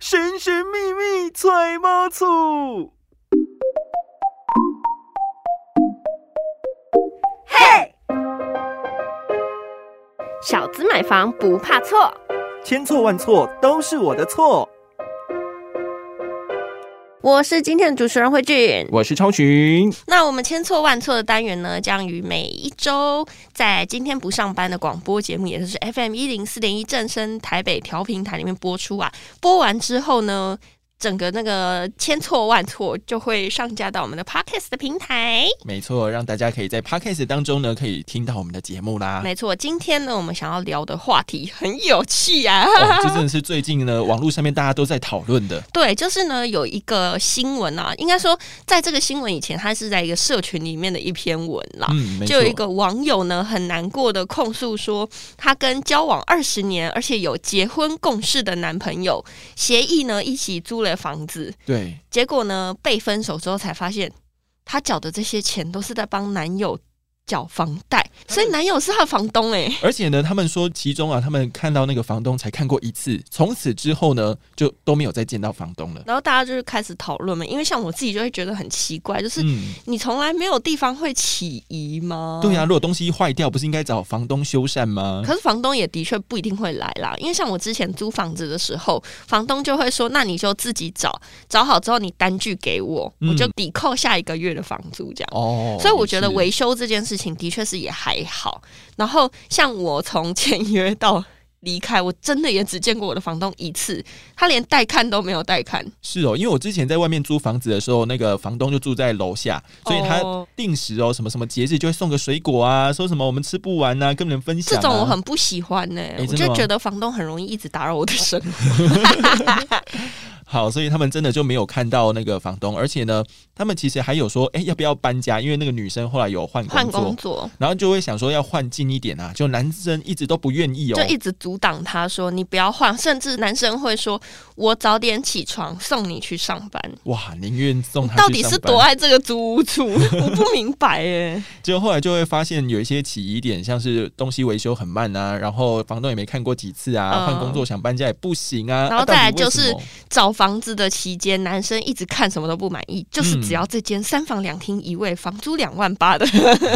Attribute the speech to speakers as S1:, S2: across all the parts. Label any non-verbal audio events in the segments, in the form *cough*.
S1: 神神秘秘揣猫醋。
S2: 小资买房不怕错，
S1: 千错万错都是我的错。
S2: 我是今天的主持人慧俊。
S1: 我是超群，
S2: 那我们千错万错的单元呢，将于每一周在今天不上班的广播节目，也就是 FM 一零四点一正声台北调频台里面播出啊。播完之后呢，整个那个千错万错就会上架到我们的 Podcast 的平台。
S3: 没错，让大家可以在 podcast 当中呢，可以听到我们的节目啦。
S2: 没错，今天呢，我们想要聊的话题很有趣啊。 *laughs*
S3: 哦，这真的是最近呢，网络上面大家都在讨论的。
S2: 对，就是呢，有一个新闻啊，应该说，在这个新闻以前，它是在一个社群里面的一篇文啊啦。
S3: 嗯，没错
S2: 就有一个网友呢，很难过的控诉说，她跟交往二十年，而且有结婚共事的男朋友，协议呢一起租了房子，
S3: 对，
S2: 结果呢被分手之后才发现，她缴的这些钱都是在帮男友缴房贷，所以男友是她的房东哎、
S3: 而且呢，他们说其中啊，他们看到那个房东才看过一次，从此之后呢，就都没有再见到房东了。
S2: 然后大家就是开始讨论嘛，因为像我自己就会觉得很奇怪，就是
S3: 嗯，
S2: 你从来没有地方会起疑吗？
S3: 对呀、啊如果东西坏掉，不是应该找房东修缮吗？
S2: 可是房东也的确不一定会来啦，因为像我之前租房子的时候，房东就会说：“那你就自己找，找好之后你单据给我，
S3: 嗯
S2: 我就抵扣下一个月的房租。”这样。
S3: 哦，
S2: 所以我觉得
S3: 也是
S2: 维修这件事情的确是也还好。然后像我从签约到离开，我真的也只见过我的房东一次，他连带看都没有带看。
S3: 是哦，因为我之前在外面租房子的时候，那个房东就住在楼下，所以他
S2: 哦
S3: 定时哦，什么什么节日就会送个水果啊，说什么我们吃不完呐、啊，跟人分享、
S2: 这
S3: 啊。
S2: 种我很不喜欢呢、我
S3: 真的
S2: 就
S3: 吗
S2: 觉得房东很容易一直打扰我的生活。
S3: 好，所以他们真的就没有看到那个房东，而且呢，他们其实还有说，哎、要不要搬家？因为那个女生后来有换
S2: 换
S3: *laughs* 工作，
S2: 工作，
S3: 然后就会想说要换近一点啊，就男生一直都不愿意哦
S2: 就。一直阻挡他说你不要换，甚至男生会说我早点起床送你去上班，
S3: 哇，宁愿送嗯他
S2: 到
S3: 去
S2: 底
S3: 上
S2: 是
S3: 班
S2: 多爱这个租屋处， *laughs* 我不明白耶。
S3: 结果后来就会发现有一些起疑点，像是东西维修很慢啊，然后房东也没看过几次啊，
S2: 嗯
S3: 换、工作想搬家也不行啊。
S2: 然后
S3: 啊到
S2: 再来
S3: 底为
S2: 就是
S3: 什么
S2: 找房子的期间，男生一直看什么都不满意，就是
S3: 嗯
S2: 只要这间三房两厅一卫，房租两万八的，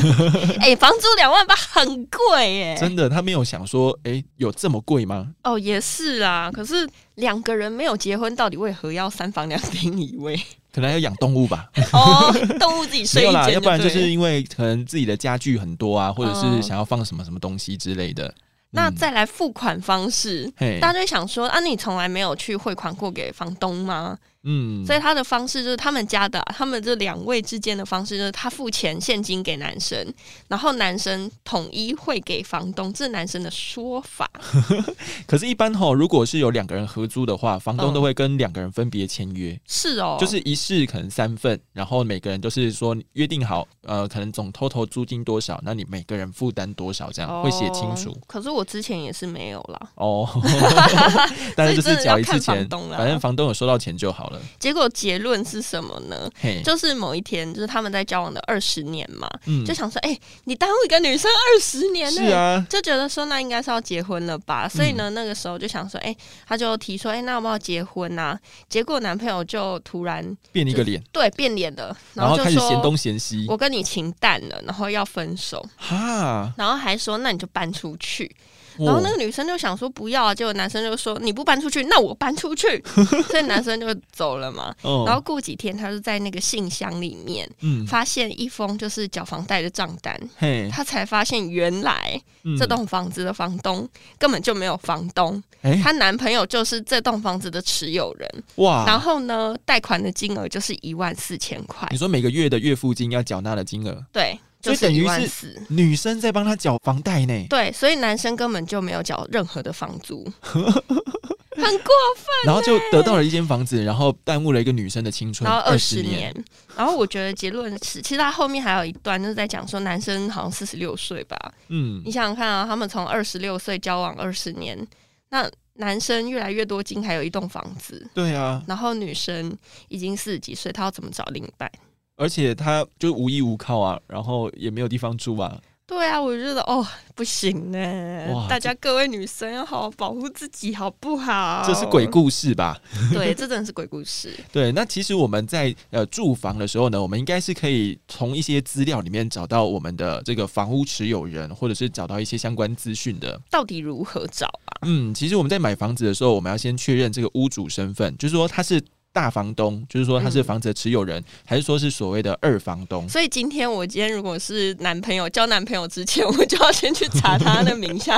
S2: *laughs* 哎、房租两万八很贵耶。
S3: 真的，他没有想说，哎、有这么贵吗？
S2: 哦，也是啦，可是两个人没有结婚，到底为何要三房两厅一
S3: *laughs*
S2: 卫？
S3: 可能要养动物吧，
S2: 哦，动物自己
S3: 没
S2: 睡一
S3: 有啦，
S2: 间，
S3: 要不然就
S2: 对了
S3: 是因为可能自己的家具很多啊，或者
S2: 哦
S3: 是想要放什么什么东西之类的。
S2: 那
S3: 嗯
S2: 再来付款方式，
S3: 嘿，
S2: 大家就会想说啊，你从来没有去汇款过给房东吗？
S3: 嗯
S2: 所以他的方式就是他们家的，他们这两位之间的方式就是他付钱现金给男生，然后男生统一汇给房东，这是男生的说法。
S3: 可是，一般吼，如果是有两个人合租的话，房东
S2: 嗯
S3: 都会跟两个人分别签约，
S2: 是哦，
S3: 就是一室可能三份，然后每个人都是说约定好，呃，可能总 total 租金多少，那你每个人负担多少，这样、
S2: 哦
S3: 会写清楚。
S2: 可是我之前也是没有啦， *laughs*
S3: 哦，但是就
S2: 所以真
S3: 是
S2: 的
S3: 缴
S2: 要
S3: 一次
S2: 看
S3: 钱
S2: 房，东啦
S3: 反正房东有收到钱就好了。
S2: 结果结论是什么呢？
S3: 嘿，
S2: 就是某一天，就是他们在交往的二十年嘛，
S3: 嗯
S2: 就想说，哎、你耽误一个女生二十年呢、
S3: 是啊，
S2: 就觉得说那应该是要结婚了吧，所以
S3: 嗯
S2: 呢，那个时候就想说，哎、他就提说，哎、那要不要结婚呐、结果男朋友就突然
S3: 变一个脸，
S2: 对变脸了，
S3: 然
S2: 后
S3: 后
S2: 就
S3: 开始嫌
S2: 说
S3: 东嫌西，
S2: 我跟你情淡了，然后要分手，
S3: 哈，
S2: 然后还说那你就搬出去，然后
S3: 哦
S2: 那个女生就想说不要啊，结果男生就说你不搬出去，那我搬出去， *laughs* 所以男生就走了
S3: *laughs*
S2: 嘛。
S3: 嗯
S2: 然后过几天，他就在那个信箱里面
S3: 嗯，
S2: 发现一封就是缴房贷的账单，
S3: 嘿，
S2: 他才发现原来
S3: 嗯
S2: 这栋房子的房东根本就没有房东，
S3: 哎、诶
S2: 她男朋友就是这栋房子的持有人。
S3: 哇，
S2: 然后呢，贷款的金额就是一万四千块
S3: 你，说每个月的月付金要缴纳的金额，
S2: 对，
S3: 所
S2: 就
S3: 以等
S2: 一
S3: 于
S2: 万四
S3: 是。女生在帮他缴房贷呢，
S2: 对，所以男生根本就没有缴任何的房
S3: *laughs*
S2: 租，很过分。
S3: 然后就得到了一间房子，然后耽误了一个女生的青春，
S2: 然后二
S3: 20
S2: 十年，然后我觉得结论是，其实他后面还有一段就是在讲说，男生好像四十六岁吧，
S3: 嗯
S2: 你，想想看啊，他们从二十六岁交往二十年，那男生越来越多金，还有一栋房子，
S3: 对啊，
S2: 然后女生已经四十几岁，她要怎么找另一半？
S3: 而且他就无依无靠啊，然后也没有地方住啊，
S2: 对啊，我觉得哦不行呢、
S3: 哇
S2: 大家各位女生要好好保护自己，好不好？
S3: 这是鬼，故事吧？
S2: 对，这真的是鬼故事。
S3: 对，那其实我们在呃住房的时候呢，我们应该是可以从一些资料里面找到我们的这个房屋持有人，或者是找到一些相关资讯的。
S2: 到底如何找啊？
S3: 嗯，其实我们在买房子的时候，我们要先确认这个屋主身份，就是说他是大房东，就是说他是
S2: 嗯
S3: 房子的持有人，还是说是所谓的二房东？
S2: 所以今天我今天如果是男朋友交男朋友之前，我就要先去查他的名下，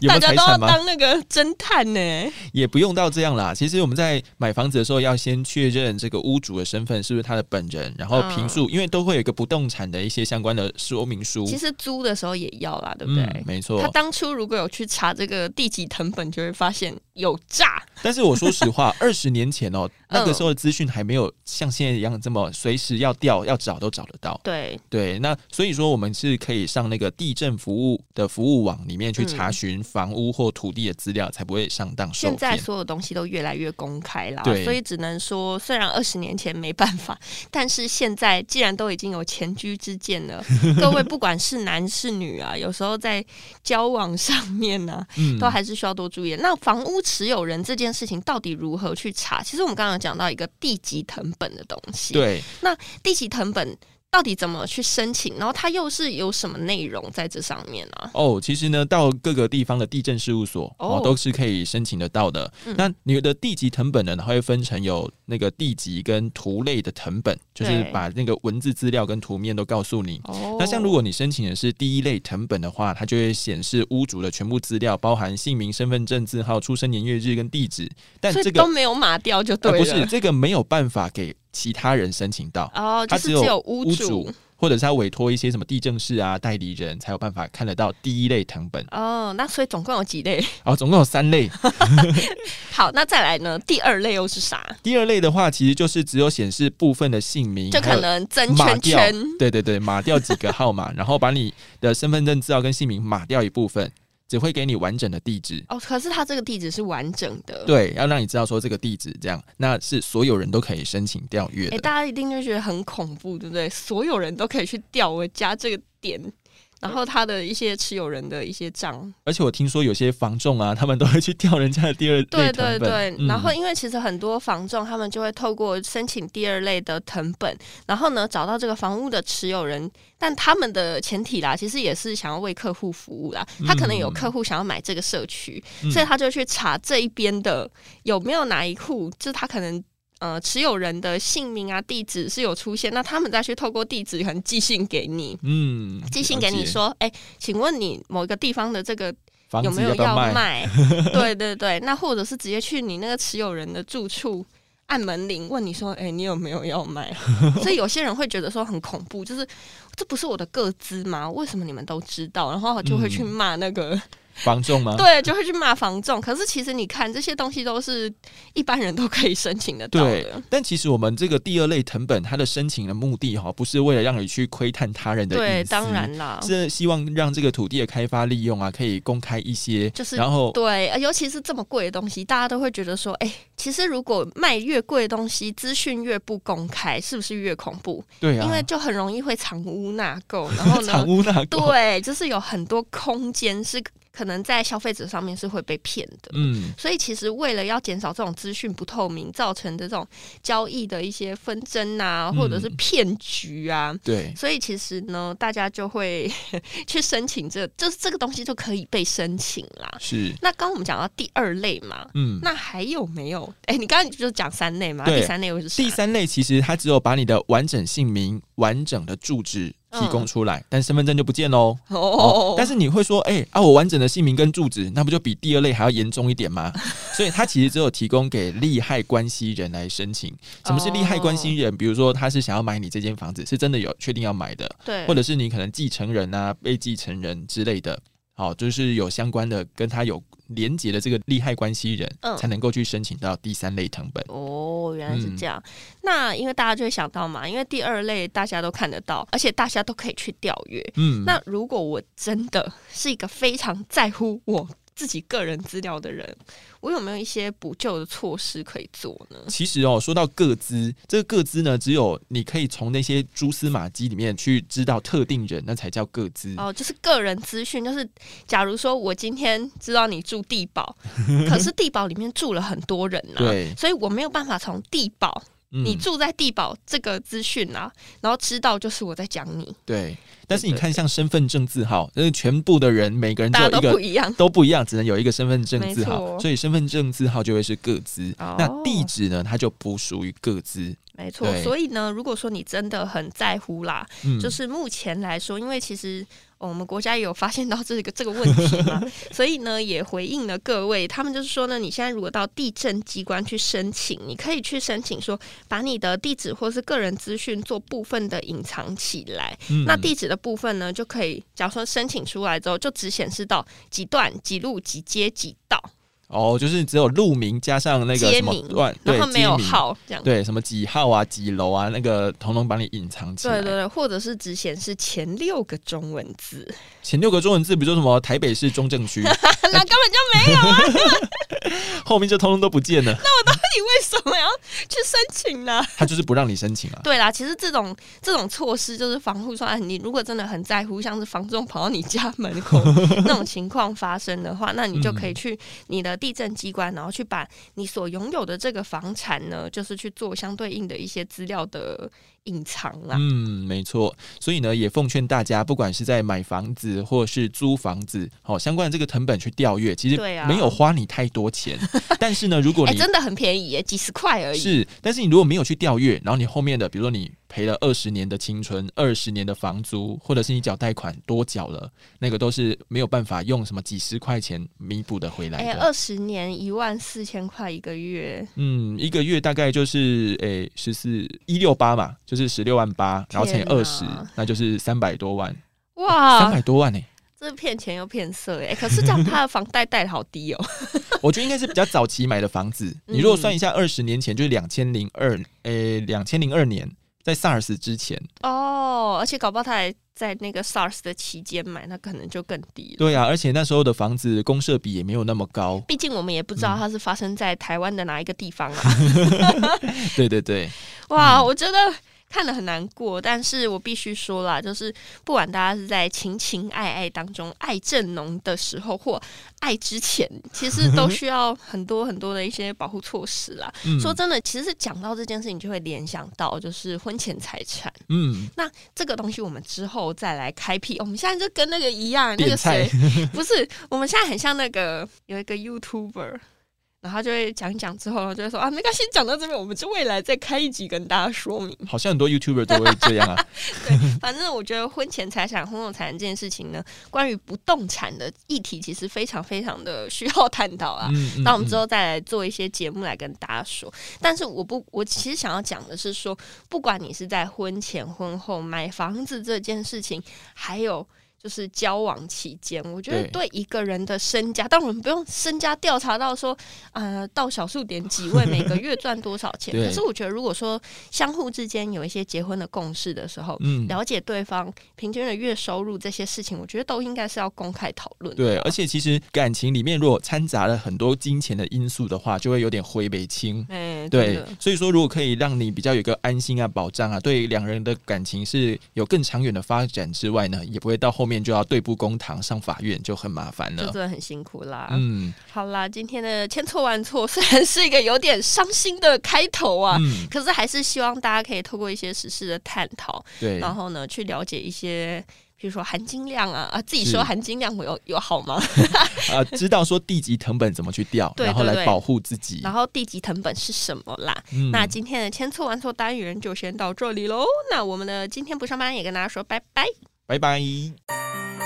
S3: 有没
S2: 大
S3: 有
S2: 家
S3: 财
S2: 都要
S3: 产吗？
S2: 当那个侦探呢、
S3: 也不用到这样啦。其实我们在买房子的时候，要先确认这个屋主的身份是不是他的本人，然后
S2: 嗯
S3: 评述，因为都会有一个不动产的一些相关的说明书。
S2: 其实租的时候也要啦，对不对？
S3: 嗯，没
S2: 他
S3: 错。
S2: 当初如果有去查这个第几藤本，就会发现有诈。
S3: *laughs* 但是我说实
S2: *laughs*
S3: 话，二十年前哦，那个时候的资讯还没有像现在一样这么随时要调要找都找得到。
S2: 对，
S3: 对，那所以说我们是可以上那个地震服务的服务网里面
S2: 嗯
S3: 去查询房屋或土地的资料，才不会上当受
S2: 现在
S3: 骗。
S2: 所有东西都越来越公开啦，
S3: 对
S2: 所以只能说，虽然二十年前没办法，但是现在既然都已经有前居之鉴
S3: *laughs*
S2: 了，各位不管是男是女啊，有时候在交往上面呢、
S3: 嗯
S2: 都还是需要多注意的。那房屋持有人这件事情到底如何去查？其实我们刚刚有讲到一个地籍藤本的东西，，
S3: 对，
S2: 地籍藤本到底怎么去申请？然后它又是有什么内容在这上面呢、啊？
S3: 哦，其实呢，到各个地方的地震事务所哦
S2: 哦
S3: 都是可以申请得到的。
S2: 嗯
S3: 那你的地籍藤本呢，它会分成有那个地籍跟图类的藤本，就是
S2: 对
S3: 把那个文字资料跟图面都告诉你。
S2: 哦
S3: 那像如果你申请的是第一类藤本的话，它就会显示屋主的全部资料，包含姓名、身份证字号、出生年月日跟地址。但
S2: 所以
S3: 这
S2: 都
S3: 个、
S2: 没有码掉就对
S3: 呃、
S2: 了，
S3: 不是这个没有办法给其他人申请到，
S2: 哦，就
S3: 它
S2: 是
S3: 只有
S2: 有屋
S3: 屋主或者是他委托一些什么地震室啊、代理人才有办法看得到第一类藤本。
S2: 哦，那所以总共有几类？ *laughs*
S3: 哦，总共有三类。
S2: 好，那再来呢？第二类又是啥？
S3: 第二类的话，其实就是只有显示部分的姓名，
S2: 就
S3: 还
S2: 可
S3: 有
S2: 能增
S3: 码
S2: 圈
S3: 掉
S2: 圈，
S3: 对对对，码掉几个号码，然后把你的身份证资料跟姓名码掉一部分，只会给你完整的地址。
S2: 哦，可是它这个地址是完整的，
S3: 对，要让你知道说这个地址这样，那是所有人都可以申请调阅
S2: 哎、
S3: 的。
S2: 大家一定就觉得很恐怖，对不对？所有人都可以去调我家这个点，然后他的一些持有人的一些账，
S3: 而且我听说有些房仲啊，他们都会去调人家的第二类
S2: 对
S3: 成
S2: 对
S3: 本
S2: 对。
S3: 嗯
S2: 然后，因为其实很多房仲他们就会透过申请第二类的藤本，然后呢找到这个房屋的持有人，但他们的前提啦，其实也是想要为客户服务啦。他可能有
S3: 嗯
S2: 客户想要买这个社区，
S3: 嗯
S2: 所以他就去查这一边的有没有哪一户，就是他可能呃持有人的姓名啊、地址是有出现，那他们再去透过地址可能寄信给你，
S3: 嗯，
S2: 寄信
S3: 了
S2: 给你
S3: 解
S2: 说，哎、请问你某一个地方的这个
S3: 房
S2: 有
S3: 子
S2: 没有
S3: 不要卖？ *laughs*
S2: 卖？对对对，那或者是直接去你那个持有人的住处。按门铃问你说：“哎、你有没有要
S3: *laughs*
S2: 卖？”所以有些人会觉得说很恐怖，就是这不是我的个资吗？为什么你们都知道？然后就会去
S3: 嗯啊
S2: 骂那个、
S3: 房仲吗？
S2: 对，就会去骂房仲。可是其实你看，这些东西都是一般人都可以申请得到
S3: 对
S2: 的。，
S3: 但其实我们这个第二类藤本，它的申请的目的哈，不是为了让你去窥探他人的
S2: 对，
S3: 隐私
S2: 当然啦，
S3: 是希望让这个土地的开发利用啊，可以公开一些，
S2: 就是
S3: 然后
S2: 对，呃尤其是这么贵的东西，大家都会觉得说，哎、其实如果卖越贵的东西，资讯越不公开，是不是越恐怖？
S3: 对啊，
S2: 因为就很容易会藏污纳垢，然后
S3: *laughs*
S2: 呢，
S3: 藏污纳垢，
S2: 对，就是有很多空间是可能在消费者上面是会被骗的。
S3: 嗯，
S2: 所以其实为了要减少这种资讯不透明造成的这种交易的一些纷争啊，
S3: 嗯
S2: 或者是骗局啊。
S3: 对，
S2: 所以其实呢，大家就会 *laughs* 去申请这，就是这个东西就可以被申请啦。
S3: 是，
S2: 那刚刚我们讲到第二类嘛，
S3: 嗯。
S2: 那还有没有？哎、你刚刚就讲三类嘛，
S3: 对
S2: 第三类又是啥
S3: 第三类其实它只有把你的完整姓名、完整的住址提
S2: 嗯
S3: 供出来，但身份证就不见喽。哦
S2: 哦，，
S3: 但是你会说，哎、啊，我完整的姓名跟住址，那不就比第二类还要严重一点
S2: *laughs*
S3: 吗？所以它其实只有提供给利害关系人来申请。
S2: 哦
S3: 什么是利害关系人？比如说他是想要买你这间房子，是真的有确定要买的，
S2: 对，
S3: 或者是你可能继承人啊、被继承人之类的，好、就是有相关的跟他有连结的这个利害关系人，
S2: 嗯
S3: 才能够去申请到第三类藤本。
S2: 哦，原来是
S3: 嗯
S2: 这样。那因为大家就会想到嘛，因为第二类大家都看得到，而且大家都可以去调阅。
S3: 嗯，
S2: 那如果我真的是一个非常在乎我自己个人资料的人，我有没有一些补救的措施可以做呢？
S3: 其实哦，说到个资，这个个资呢，只有你可以从那些蛛丝马迹里面去知道特定人，那才叫个资。
S2: 哦，就是个人资讯，就是假如说我今天知道你住地堡，可是地堡里面住了很多人呐、
S3: 对，
S2: 所以我没有办法从地堡
S3: 嗯
S2: 你住在地堡这个资讯啊，然后知道就是我在讲你，
S3: 对，但是你看，像身份证字号，那全部的人每个人只
S2: 大家
S3: 有
S2: 哦
S3: 一
S2: 都不
S3: 个。
S2: 一样。
S3: 都不一样，只能有一个身份证字
S2: 没
S3: 号，
S2: 错
S3: 所以身份证字号就会是个资。
S2: 哦
S3: 那地址呢，它就不属于个资。
S2: 没错，
S3: 对
S2: 所以呢，如果说你真的很在乎啦，
S3: 嗯，
S2: 就是目前来说，因为其实、哦我们国家也有发现到这个这个问题
S3: *laughs*
S2: 嘛，所以呢也回应了各位，他们就是说呢，你现在如果到地震机关去申请，你可以去申请说把你的地址或是个人资讯做部分的隐藏起来。
S3: 嗯
S2: 那地址的部分呢，就可以假如说申请出来之后，就只显示到几段、几路、几街、几道，
S3: 哦，就是只有路名加上那个
S2: 街
S3: 什么
S2: 名
S3: 段，对
S2: 然后，没有
S3: 街名，
S2: 号这样。
S3: 对，什么几号啊、几楼啊，那个统统帮你隐藏起来。
S2: 对对对，或者是只显示前六个中文字，
S3: 前六个中文字，比如说什么台北市中正
S2: *laughs*
S3: 区，
S2: 那根本就没
S3: 后面就通通都不见
S2: *laughs*
S3: 了，
S2: 你为什么要去申请呢？
S3: 他就是不让你申请啊。
S2: 对啦，其实这种这种措施就是防护说，哎，你如果真的很在乎，像是房仲跑到你家门口那种情况发生的话，那你就可以去你的地震机关，然后去把你所拥有的这个房产呢，就是去做相对应的一些资料的隐藏啦。
S3: 嗯，没错。所以呢，也奉劝大家，不管是在买房子或是租房子，好、相关的这个成本去调阅，其实
S2: 对啊
S3: 没有花你太多钱。但是呢，如果
S2: *laughs* 哎、
S3: 你
S2: 真的很便宜耶，几十块而已。
S3: 是，但是你如果没有去调阅，然后你后面的，比如说你赔了二十年的青春、二十年的房租，或者是你缴贷款多缴了，那个都是没有办法用什么几十块钱弥补的回来
S2: 哎，
S3: 的。
S2: 二十年一万四千块一个月，
S3: 嗯，一个月大概就是诶十四一六八嘛，就是十六万八，然后乘以
S2: 天
S3: 二十
S2: 哪，
S3: 那就是三百多万，三
S2: 哇
S3: 百，多万欸呢、
S2: 这骗钱又骗色哎、可是这样他的房贷贷的好低
S3: *laughs*
S2: 哦、
S3: 我觉得应该是比较早期买的房子。
S2: 嗯
S3: 你如果算一下，二十年前就是两千零二，诶，两千零二年，在 SARS 之前，
S2: 哦，而且搞不好他还在那个 SARS 的期间买，那可能就更低了。
S3: 对啊，而且那时候的房子公设比也没有那么高。
S2: 毕竟我们也不知道它是发生在台湾的哪一个地方啊！
S3: *laughs* 对对对，
S2: 哇，我觉得看了很难过，但是我必须说啦，就是不管大家是在情情爱爱当中爱正浓的时候，或爱之前，其实
S3: *laughs*
S2: 都需要很多很多的一些保护措施啦。
S3: 嗯
S2: 说真的，其实讲到这件事情，就会联想到就是婚前财产。
S3: 嗯，
S2: 那这个东西我们之后再来开辟。我们现在就跟那个一样，那
S3: 点
S2: 个谁 *laughs*
S3: 菜
S2: 不是，我们现在很像那个有一个 YouTuber。然后他就会讲一讲之后，然后就会说啊，没关系，讲到这边，我们就未来再开一集跟大家说明。
S3: 好像很多 YouTuber 都会
S2: *laughs*
S3: 这样啊。
S2: 反正我觉得婚前财产、婚后财产这件事情呢，关于不动产的议题，其实非常非常的需要探讨啊。
S3: 嗯，嗯
S2: 那我们之
S3: 嗯
S2: 后再来做一些节目来跟大家说。但是我不，我其实想要讲的是说，不管你是在婚前婚后买房子这件事情，还有。就是交往期间，我觉得对一个人的身家，但我们不用身家调查到说，呃，到小数点几位，每个月赚多少
S3: *laughs*
S2: 钱。
S3: 对
S2: 可是我觉得，如果说相互之间有一些结婚的共识的时候，
S3: 嗯
S2: 了解对方平均的月收入这些事情，我觉得都应该是要公开讨论的吧。
S3: 对，而且其实感情里面如果掺杂了很多金钱的因素的话，就会有点灰北青。
S2: 哎，真
S3: 对
S2: 的，
S3: 所以说如果可以让你比较有一个安心啊、保障啊，对两人的感情是有更长远的发展之外呢，也不会到后面就要对簿公堂、上法院就很麻烦
S2: 这
S3: 了
S2: 真。的很辛苦啦。
S3: 嗯
S2: 好啦，今天的千错万错虽然是一个有点伤心的开头啊，
S3: 嗯，
S2: 可是还是希望大家可以透过一些实事的探讨，
S3: 对，
S2: 然后呢去了解一些。比如说含金量啊啊，自己
S3: 是
S2: 说含金量我有有好吗？
S3: 啊，知道说地级藤本怎么去调，
S2: 对
S3: 然后
S2: 对
S3: 来
S2: 对
S3: 保护自己
S2: 然。后地级藤本是什么啦？
S3: 嗯
S2: 那今天的千错万错单元就先到这里喽。那我们的今天不上班也跟大家说拜拜。
S3: 拜拜。